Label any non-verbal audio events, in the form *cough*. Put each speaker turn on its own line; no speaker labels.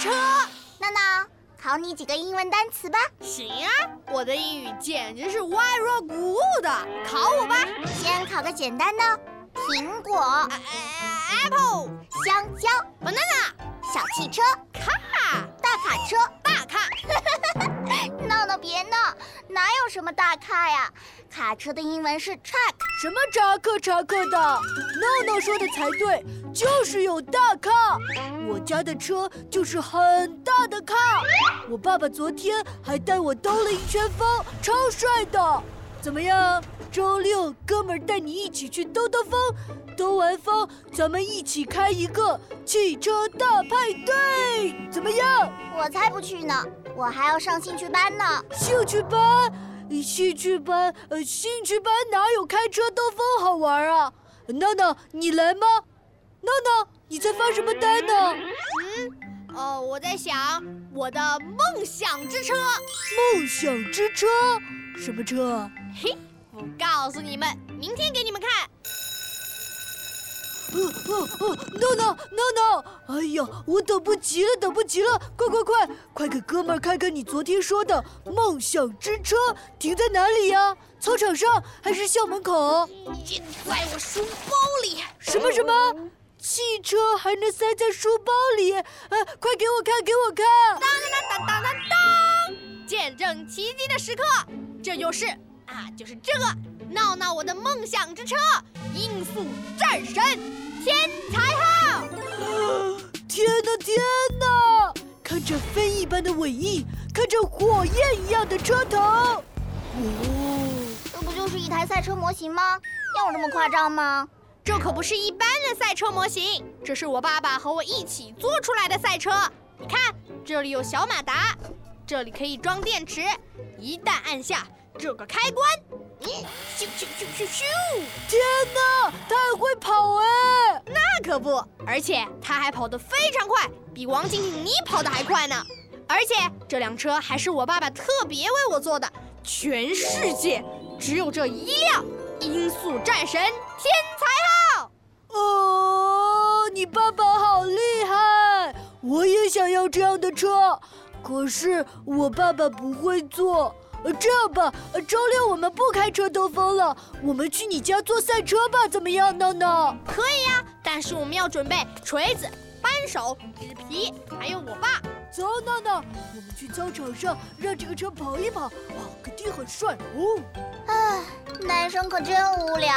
车。
闹闹，考你几个英文单词吧。
行啊，我的英语简直是宛若古物的，考我吧。
先考个简单的，苹果、
啊啊 Apple
香蕉、
banana
小汽车、
卡
大卡车。
大卡，
*laughs* 闹闹别闹，哪有什么大咖呀？卡车的英文是 truck。
什么查克查克的？闹闹说的才对，就是有大咖。我家的车就是很大的咖，我爸爸昨天还带我兜了一圈风，超帅的。怎么样？周六哥们儿带你一起去兜兜风，兜完风咱们一起开一个汽车大派对，怎么样？
我才不去呢，我还要上兴趣班呢。
兴趣班，兴趣班，呃，兴趣班哪有开车兜风好玩啊？闹闹，你来吗？闹闹，你在发什么呆呢？
哦，我在想我的梦想之车。
梦想之车，什么车啊？
不告诉你们，明天给你们看。
呃呃呃，闹闹闹闹，哎呀，我等不及了，等不及了，快快快，快给哥们儿看看你昨天说的梦想之车停在哪里呀、操场上还是校门口？
这在我书包里。
什么什么？汽车还能塞在书包里？呃，快给我看，给我看！
当当当当当！见证奇迹的时刻，这就是啊，就是这个闹闹我的梦想之车——音速战神天才号。
天哪，天哪！看着飞一般的尾翼，看着火焰一样的车头，哦，
这不就是一台赛车模型吗？要有那么夸张吗？
这可不是一般的赛车模型，这是我爸爸和我一起做出来的赛车。你看，这里有小马达，这里可以装电池，一旦按下这个开关，嗯，咻咻咻咻咻，
天哪，它还会跑哎！
那可不，而且它还跑得非常快，比王静静你跑得还快呢。而且这辆车还是我爸爸特别为我做的，全世界只有这一辆音速战神天才号。
哦，你爸爸好厉害！我也想要这样的车，可是我爸爸不会坐。呃这样吧，呃周六我们不开车兜风了，我们去你家坐赛车吧，怎么样，闹闹？
可以呀、但是我们要准备锤子、扳手、纸皮，还有我爸。
走，闹闹，我们去操场上让这个车跑一跑，哇，肯定很帅哦。
男生可真无聊。